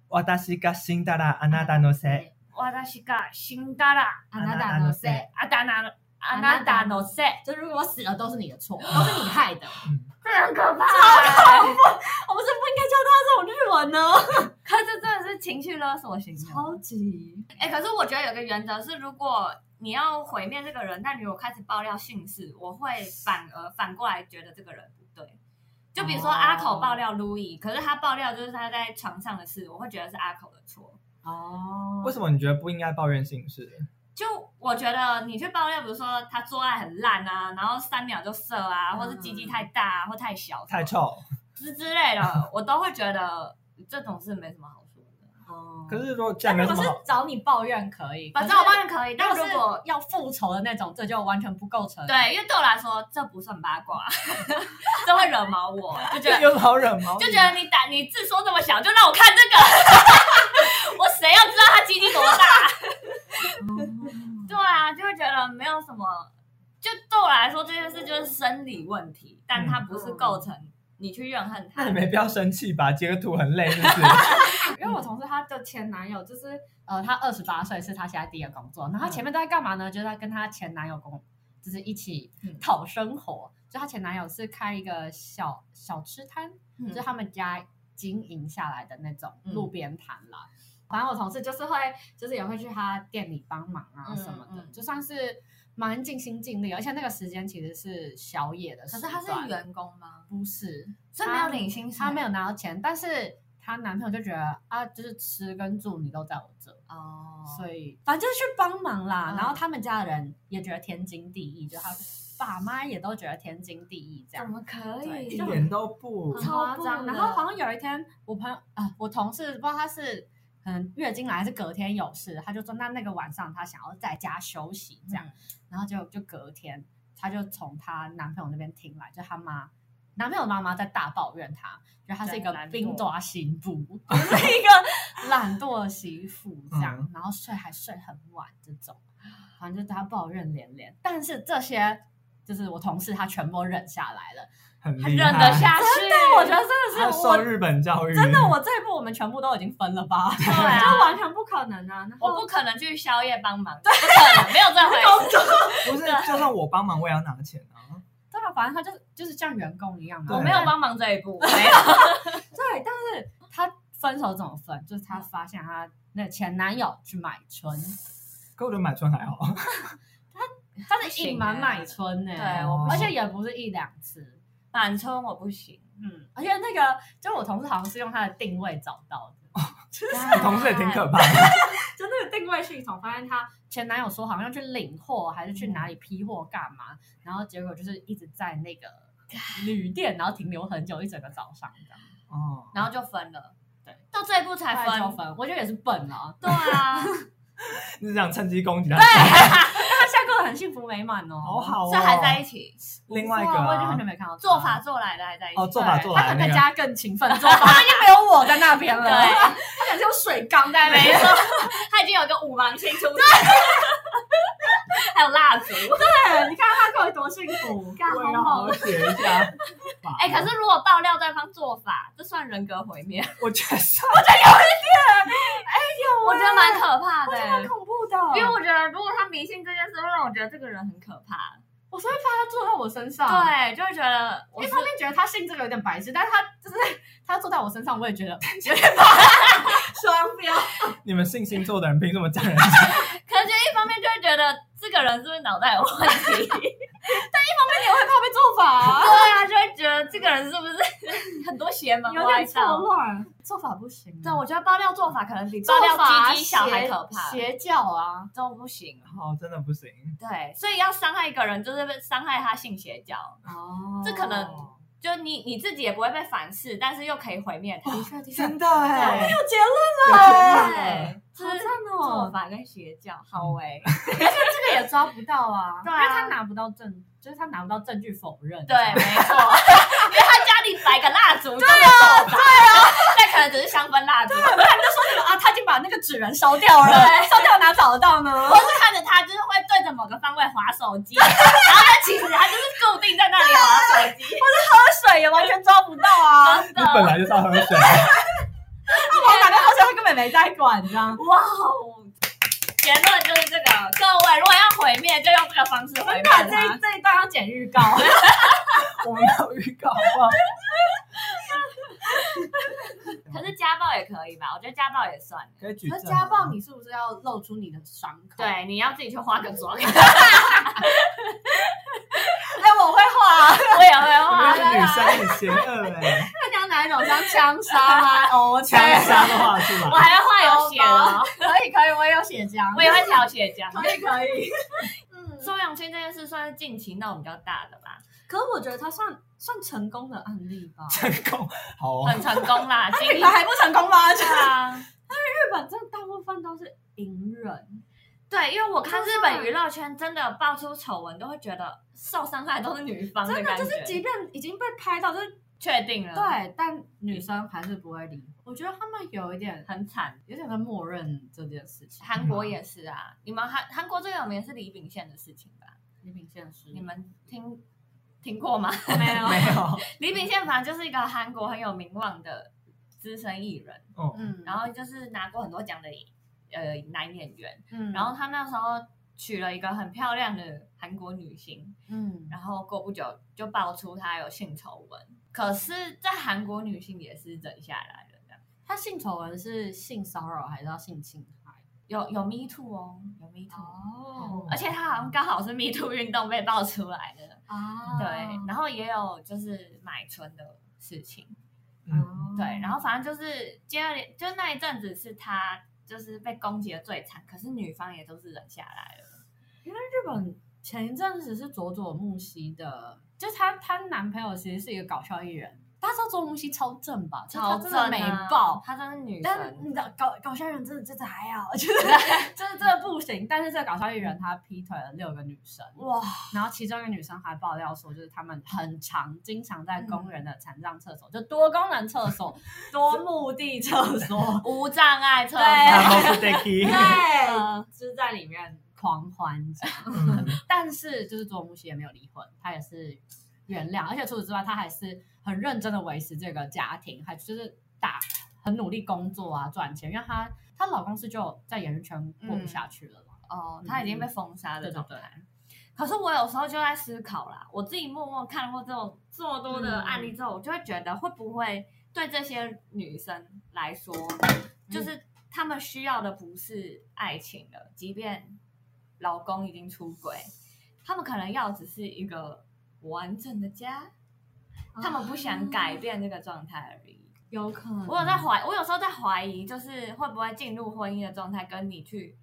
私が死んだらあなたのせい。
私が死んだら
あなたのせい
あだなあなたのせい，”，
就如果我死了都是你的错，都是你害的。
很可怕。
我们是不应该教他这种日文呢，
可是这真的是情绪勒索型的。
超级
哎、可是我觉得有个原则是，如果你要毁灭这个人，但如果开始爆料姓氏，我会反而反过来觉得这个人不对。就比如说
哦
阿口爆料 Louis，、可是他爆料就是他在床上的事，我会觉得是阿口的错。
哦
为什么你觉得不应该抱怨姓氏？
就我觉得你去爆料，比如说他做爱很烂啊，然后三秒就射啊，
嗯
或是鸡鸡太大、啊、或太小、
太臭。
哦
之之类的，我都会觉得这种事没什么好说的。
哦
可是如果这样
但
没
如
什
果
么
是
好，
找你抱怨可以，
反
可
正
是
我抱怨可以，但
但
是
如果要复仇的那种，这就完全不构成。，
对，因为对我来说这不算八卦， 这会惹毛我，就觉
这
得
有什么好惹毛你？
就觉得你打你字说这么小，就让我看这个， 我谁要知道他鸡鸡多大？ 对啊，就会觉得没有什么，就对我来说这件事就是生理问题，但它不是构成你去怨恨他
那你。没必要生气吧？截个图很累，是不是？
因为我同事她的前男友就是呃，他二十八岁是他现在第一个工作，然后她前
嗯
面都在干嘛呢？就是在跟她前男友工，就是一起
嗯
讨生活。就她前男友是开一个小小吃摊，
嗯
就是他们家经营下来的那种
嗯
路边摊啦。反正我同事就是会，就是也会去他店里帮忙啊
嗯
什么的，
嗯
就算是蛮尽心尽力，而且那个时间其实是小野的
可
时
是
段，
他是员工吗？
不是
所以没有领薪水，
她没有拿到钱，但是她男朋友就觉得啊，就是吃跟住你都在我这，
哦，
所以反正就是去帮忙啦。
嗯
然后他们家的人也觉得天经地义，就他爸妈也都觉得天经地义这
怎
样。
么可
对
以？
一点都不
很
超
夸
不
张。
了
然后好像有一天，我朋友啊、我同事不知道他是可能月经来还是隔天有事，他就说那那个晚上他想要在家休息这样。
嗯
然后就就隔天，她就从她男朋友那边听来，就她妈男朋友的妈妈在大抱怨她，觉得她是一个
对懒惰
冰爪媳妇， 就是一个懒惰的媳妇
嗯
这样，然后睡还睡很晚这种，反正就是她抱怨连连。但是这些就是我同事他全部忍下来了，
很
他
厉
忍
害。
得下去，
我觉得真
他
的是我
受日本教育，
真的我这一步我们全部都已经分了吧，
对啊
就完全不可能啊！然后
我不可能去宵夜帮忙，不可能，没有这回事。
不是，就算我帮忙，我也要拿钱啊。
对啊，反正他就是就是像员工一样嘛。
我
对
没有帮忙这一步，没有。
对，但是他分手怎么分？就是他发现他那前男友去买春，
可我觉得买春还好，
他是隐瞒买春呢、
对
我不
而
行
且也不是一两次。
满冲我不行，
嗯，而且那个就我同事好像是用他的定位找到的，
同事也挺可怕 的。
就那个定位系统发现他前男友说好像去领货还是去哪里批货干嘛，然后结果就是一直在那个旅店，然后停留很久，一整个早上这样。
哦，
然后就分了。
对，
到这一步才
后来就
分。
分，我觉得也是笨啊。
对啊，
你是想趁机攻击他？
他现在过得很幸福美满哦，
好好哦。
所以还在一起，
另外一个
哇我已经很久
啊，
没看到他
做法做来的还在一起。
哦做法
对
做
他
来
可
那
能
个
加更勤奋做法， 他已经没有我在那边了，
对
他可能是用水缸在那
没
边。
错，他已经有一个五芒星出现， 还有蜡烛。
对，你看他过得多幸福，干
我也要好好学一 下。
哎、可是如果爆料对方做法，这算人格毁灭？
我觉得是
我觉得蛮可怕的、
蛮恐怖的，
因为我觉得如果他迷信这件事，会让我觉得这个人很可怕。
我所以怕他做到我身上，，
对，就会觉得
嗯因
我
为
是
他们觉得他信这个有点白痴，但是他就是 他做到我身上，我也觉得有点
双标，
你们信星座的人凭什么 讲人家？
可能就一方面就会觉得这个人是不是脑袋有问题，
也会怕被做 法，
对啊，就会觉得这个人是不 是很多邪门
有
歪
点错
道。
乱，做法不行，啊
对，我觉得爆料做法可能比爆
做
料
法
鸡鸡小还
邪
可怕，
邪教啊，
都不行。
好，哦真的不行。
对，所以要伤害一个人，就是伤害他性邪教，
哦
这可能就你你自己也不会被反噬，但是又可以毁灭他。
的确的确，
的哎，
结
对，这
有
好赞
是做
哦！
法跟邪教，好哎、
这个也抓不到 啊，
对啊
因为他拿不到证，就是他拿不到证据否认。
对，没错， 因为他家里摆个蜡烛，对啊，对啊，但可能只是香氛蜡烛，
不然就说什么啊，他已经把那个纸人烧掉了，
对
烧掉哪找得到呢
或？是看着他就是会对着某个方位划手机，然后他其实他就是固定在那里划手机，
喝水也完全抓不到 啊，
真
你本
的，
来就是要喝水。
他往哪边好像他根本没在管，这样。
哇哦！结论就是这个，各位如果要毁灭，就用这个方式毁灭
那这
他。
这一段要剪预告，
我们要预告好不好？
可是家暴也可以吧？我觉得家暴也算。
可以举证吗
你是不是要露出你的伤口哎，
对，你要自己去化个妆，我也
哎我会画，
会
我
啊
化
们是女
啦。
生很邪恶哎，
那你要哪一种像枪杀吗？哦，
枪杀都画出
我
来。
还会画有血的哦，
可以可以，我也有血浆，
我也会调血 浆。
可以可以。嗯，
收养圈这件事算是近期闹得比较大的吧，
可是我觉得他算算成功的案例吧。
成功，好哦，
很成功 啦，经
品
历
牌还不成功吗？
对
日
啊。
本真的大部分都是隐忍，
对，因为我看日本娱乐圈真的爆出丑闻，都会觉得受伤害都是女方
真的
感觉，
就是即便已经被拍到，就是
确定了，，
对，啊嗯但女生还是不会理。我觉得他们有一点
很惨。
有点在默认这件事情。
韩国也是啊，你们韩韩国最有名是李秉宪的事情吧？
李秉宪是
你们听听过吗？
没有
没有，
李秉宪反正就是一个韩国很有名望的资深艺人，
嗯，
嗯，
然后就是拿过很多奖的呃男演员，
嗯
然后他那时候娶了一个很漂亮的韩国女星，
嗯，
然后过不久就爆出她有性丑闻，可是，在韩国女性也是忍下来了，这样
他性丑闻是性骚扰还是要性侵害？
有有 Me Too 哦，有 Me Too，、
哦
而且她好像刚好是 Me Too 运动被爆出来的，
啊
对，然后也有就是买春的事情，
嗯，
对，然后反正就是接二连，就那一阵子是她就是被攻击的最惨，可是女方也都是忍下来了。
日本前一阵子是佐佐木希的，就她她男朋友其实是一个搞笑艺人，大家知道佐佐木希超正啊吧？就是她真的美
爆，
爆。
啊她真的是女
但嗯
神，
你知道搞搞笑艺人真的真的还好， 就是真的真的不行。但是这个搞笑艺人他劈腿了六个女生，
哇，
然后其中一个女生还爆料说，就是他们很常经常在工人的残障厕所，就多功能厕所、多目的厕所，
无障碍车，嗯
对
那 Mos Deki
呃对，就是在里面狂欢这样。
嗯，
但是就是佐木希也没有离婚，他也是原谅，而且除此之外，他还是很认真的维持这个家庭，还就是打很努力工作啊，赚钱，因为她她老公是就在演艺圈过不下去了嘛，
哦，他已经被封杀的
嗯对对
状
对
态。可是我有时候就在思考啦，我自己默默看过这种这么多的案例之后，我就会觉得会不会对这些女生来说，就是她们需要的不是爱情了，即便老公已经出轨，她们可能要只是一个完整的家，她们不想改变这个状态而已。
有可能
我有在怀，我有时候在怀疑，就是会不会进入婚姻的状态，跟你去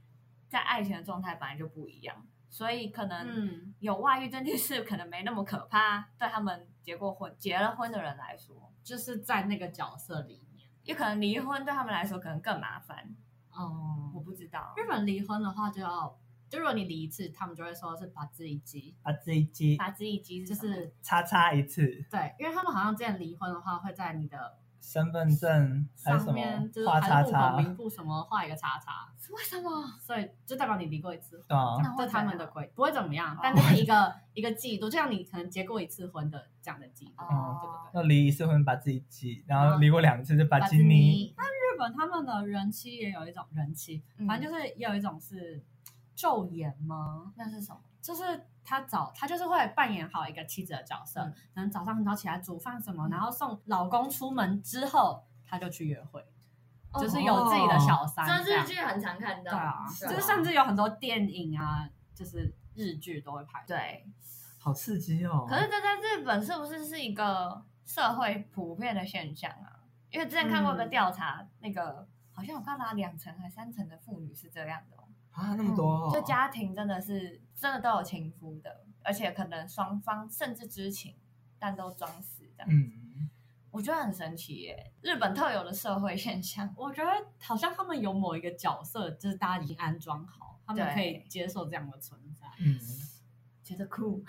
在爱情的状态本来就不一样，所以可能
嗯，
有外遇这件事可能没那么可怕，对他们结过婚、结了婚的人来说，
就是在那个角色里面
也可能离婚对他们来说可能更麻烦，
哦
我不知道。
日本离婚的话就要。就如果你离一次，他们就会说是把自己击，
把自己鸡
把自己机
就
什么
是
叉叉一次，
对，因为他们好像之前离婚的话，会在你的
身份证还有
上
什
面
么
就是
画叉
还是户口
叉，
名簿什么画一个叉叉，
是为 什么？
所以就代表你离过一次婚，
对啊，
那会
这是他
怎
们的
样
规不会怎么样
哦，
但就是一个一个季度，就像你可能结过一次婚的这样的季度，
哦
对对对。
要离一次婚把自己鸡，然后离过两次就把
嗯把
鸡
自
你，
己，日本他们的人妻也有一种人妻，
嗯
反正就是也有一种是昼颜吗？
那是什么？
就是他早，他就是会扮演好一个妻子的角色，
嗯
可能早上很早起来煮饭什么，
嗯
然后送老公出门之后，他就去约会，
哦
就是有自己的小三
这
这样，
日剧很常看到，
对啊，
对
就是甚至有很多电影啊，就是日剧都会拍。，
对。
好刺激哦！
可是这在日本是不是是一个社会普遍的现象啊？因为之前看过一
嗯
个调查，那个好像我看到两成还三成的妇女是这样的、哦，
啊，那么
嗯
多哦，
就家庭真的是真的都有情夫的，而且可能双方甚至知情，但都装死这样。
嗯，
我觉得很神奇耶，日本特有的社会现象。
我觉得好像他们有某一个角色，就是大家已经安装好，他们
对
可以接受这样的存在。
嗯，
觉得酷，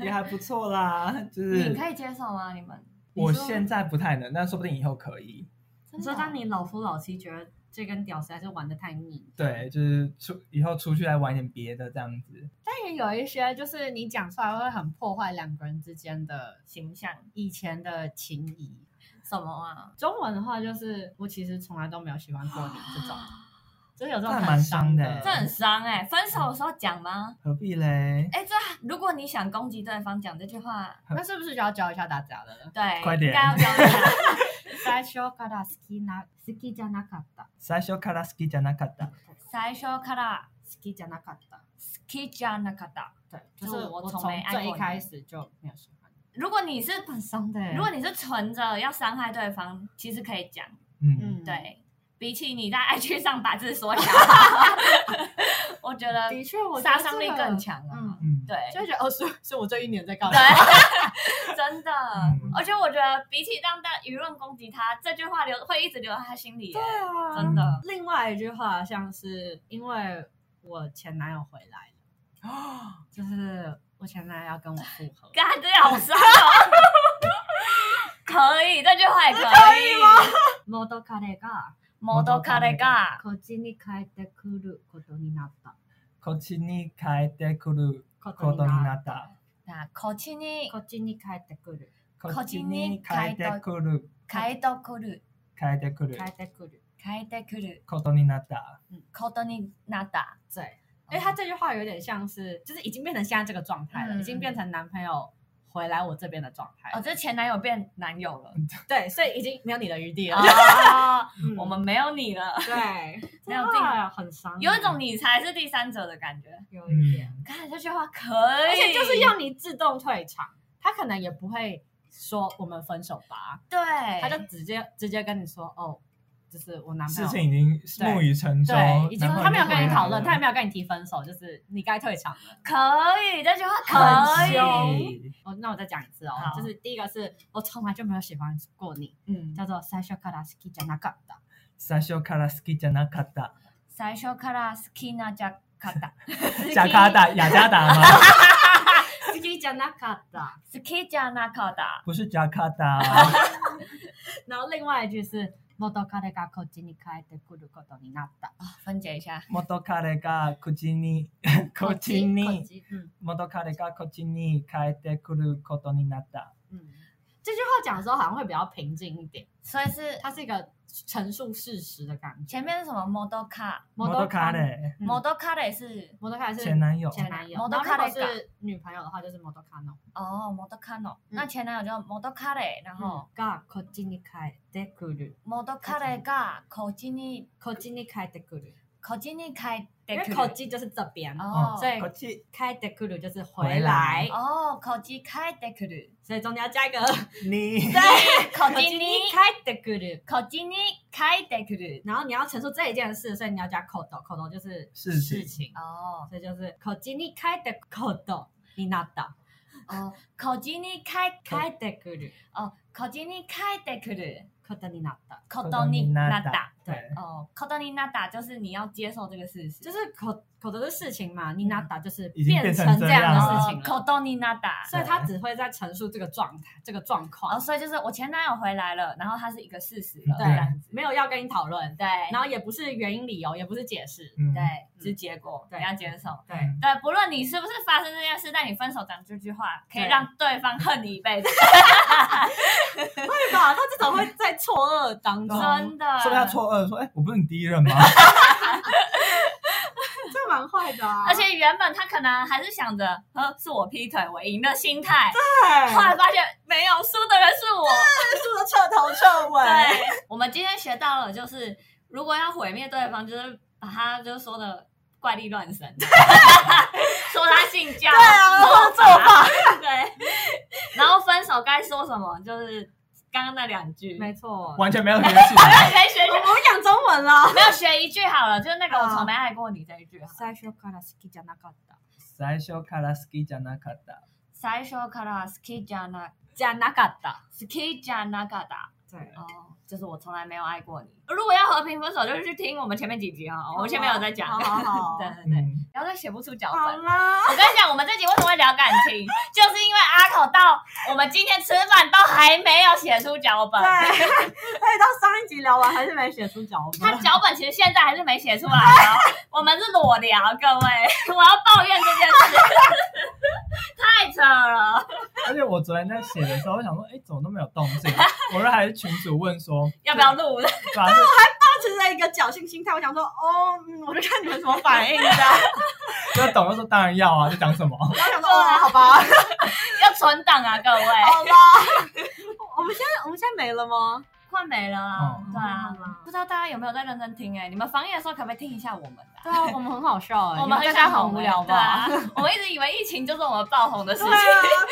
也还不错啦，就是
你可以接受吗？你们
我
你说
现在不太能，但说不定以后可以。
真的
你说，
哦
当你老夫老妻觉得这跟屌丝还是玩的太腻，
对，就是出以后出去来玩点别的这样子。
但也有一些就是你讲出来会很破坏两个人之间的
形象
以前的情谊。
什么啊？
中文的话就是，我其实从来都没有喜欢过你这 种，就是有这种
那
很
蛮伤的欸
的。
这很伤哎、分手的时候讲吗？
何必嘞？
哎，这如果你想攻击对方讲这句话，
那是不是就要教一下大家了？
对，
快点
应该要教一 下。
最初から好きな好きじゃなかった。
最初から好きじゃなかった。
最初から
好きじゃなかった。
好きじゃなかった。
对，
就
就是是
我
我
从
从
没爱过
最
你
一开始就没有喜欢你。
如果你是
很伤的欸
如果你是存着要伤害对方，其实可以讲。
嗯，
对，比起你在 IG 上把字缩小， 我觉得
的确，我觉得
杀伤力
这个
更。强啊。
嗯，
嗯，
对，
就会觉得哦，是是我这一年在干嘛？
对， 真的
嗯。
哦
而且我觉得比起让大舆论攻击他，这句话留会一直留在他心里耶。
啊
真的。
另外一句话像是因为我前男友回来了，
啊，
就是我前男友要跟我复合。
干，这好伤哦。可以，这句话也可以。
モドカレが
モドカレが
こっちに帰ってくることにな った。
こっちに帰ってくる
こ
ことになった。
那こっちに
こっちに帰ってくる。
こっちに帰ってくる
変えてくる、
帰ってくる
帰ってくる。
変えてくる
ことになった。
ことになった。
对。哎，他这句话有点像是，就是已经变成现在这个状态了，
嗯
已经变成男朋友回来我这边的状态。
哦，这前男友变男友了。
对，所以已经没有你的余地了。
啊，
嗯
我们没有你了，
对，
没
没
有
有
进
很伤，
有一种你才是第三者的感觉。
有一
嗯
点，
看这句话可以，
而且就是要你自动退场，他可能也不会说我们分手吧，
对，
他就直接直接跟你说哦，就是我男朋
事
友
情。已经木已成舟，
对，已经
男朋友
他没有跟你讨论，
回
他
来
也
了
没有跟你提分手，就是你该退场了。
可以，这句话
很
可
凶
以。
哦，那我再讲一次哦
好，
就是第一个是我从来就没有喜欢过你，
嗯，
叫做最初から好きじゃなかった。
最初から好きじゃなかった。
最初から好きなジャカタ、
ジャカダ、雅加达吗？
好きじゃなかった。
好きじゃなかった。
不是 Jakarta，
然后另外一句是元カレがこっちに帰ってくることになった。
分解一下，
元カレがこっち にこっち
こっ
に
ち嗯
元カレがこっちに帰ってくることになった。
嗯，这句话讲的时候好像会比较平静一点，
所以是
它是一个陈述事实的感觉。
前面是什么 model car，model
元カレ
嗯
car 是
model 是
前男友，
前男友，嗯
Model
然后如果
Kare
是女朋友的话就是 model cano。
哦 model car no，
嗯
那前男友叫 model car，然后
がこっちに帰ってくる，
model car がこっちに
こっちに帰ってくる，
こっちに帰っ
因
て
为
く
こっ
る，
ち就是这边，
哦，
所以
こっち
帰ってくる就是
回来
回来，
哦こっち帰ってくる，
所以中间要加一个
に
对，
こっ
こっ
ち
ちに
に
帰ってくる。
こっちに帰ってくる，
然后你要陈述这一件事，所以你要加口头，口头就是
事情
事情，
哦
所以就是口ちに帰って口头になった，
哦こっちに帰って
帰ってくる
哦こっちに帰ってくる，
ことになった，
ことになった。
对，
哦，口头になった就是你要接受这个事实，
就是口口头的事情嘛，になった就是
已经变成
成
这
这
样
样
了
的事情
哦口
了，
头になった。
所以他只会在陈述这个状态、这个状
哦，
况，
所以就是我前男友回来了，然后他是一个事实了，
对
这样子。
没有要跟你讨论，
对
然后也不是原因理由，也不是解释，
嗯，
对，是结果，
对
你要接受。
对，
对，不论你是不是发生这件事，但你分手讲这句话，可以
对
让对方恨你一辈 子，
对吧？他至少会在错愕当中，
真的。
是不是他错愕哦说，哎，我不是你第一任吗？
这蛮坏的啊
而且原本他可能还是想着，呃，是我劈腿，我赢的心态。
对
后来发现没有，输的人是我。
述的彻头彻尾
对，我们今天学到了，就是如果要毁灭对方，就是把他就是说的怪力乱 神，说他性教，对
啊
做法，对。然后分手该说什么，就是刚刚那两句，
没错，我
完全没有联系啊。
没学一句，
们讲中文啊了。
没有学一句好了，就是那个
好
我从没爱过你这一句好啊了。
最初から好きじゃなかった。
最初から好きじゃなかった。
最初から好きじゃな
じゃなかった。
好きじゃなかった
对，
哦，就是我从来没有爱过你。如果要和平分手，就是去听我们前面几集啊、我们前面有在讲
好。好 好，
对对对，
嗯，
然后再写不出脚
好
本。
啦，
我跟你讲，我们这集为什么会聊感情，就是因为阿口到我们今天吃饭都还没有写出脚本
对，，哎，到上一集聊完还是没写出脚
他
本。
脚本其实现在还是没写出来哦。我们是裸聊，各位，我要抱怨这件事， 太扯了，
而且我昨天在写的时候，我想说，哎，怎么都没有动静？我说还是群主问说，
要不要录？
对吧？是
他持着一个侥幸心态，我想说，哦，嗯我就看你们什么反应这样。
就懂就说当然要啊，在讲什么？
然后想说，哦，好吧，
要存档啊，各位，
好吧。我们现在我们现在没了吗？
快没了
哦
啊，
嗯
对啊
好啦，
不知道大家有没有在认真听？哎，你们防疫的时候可不可以听一下我们的啊？
对啊，我们很好笑
我们
大
很
家
想
很
红
无
哎
聊
对啊
吧？，
我们一直以为疫情就是我们爆红的事
对
情，
啊，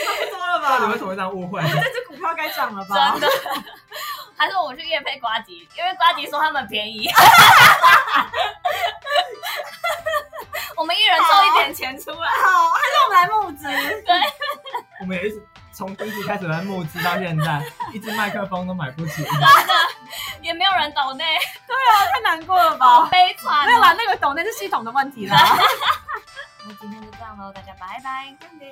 差不多了
到底
吧
为？什么会这样误会？
这只股票该涨了吧？
真的。 还是我们去夜配瓜吉，因为瓜吉说他们便 宜。我们一人抽一点钱出来，
好，还是我们来募 资。
我们也一直从第一集开始在募资到现在，一支麦克风都买不起。
真的也没有人懂内，
啊太难过了
好
吧？
悲惨、啊
没有啦，那个懂那是系统的问题啦。
那今天就这样喽，大家拜拜。
真的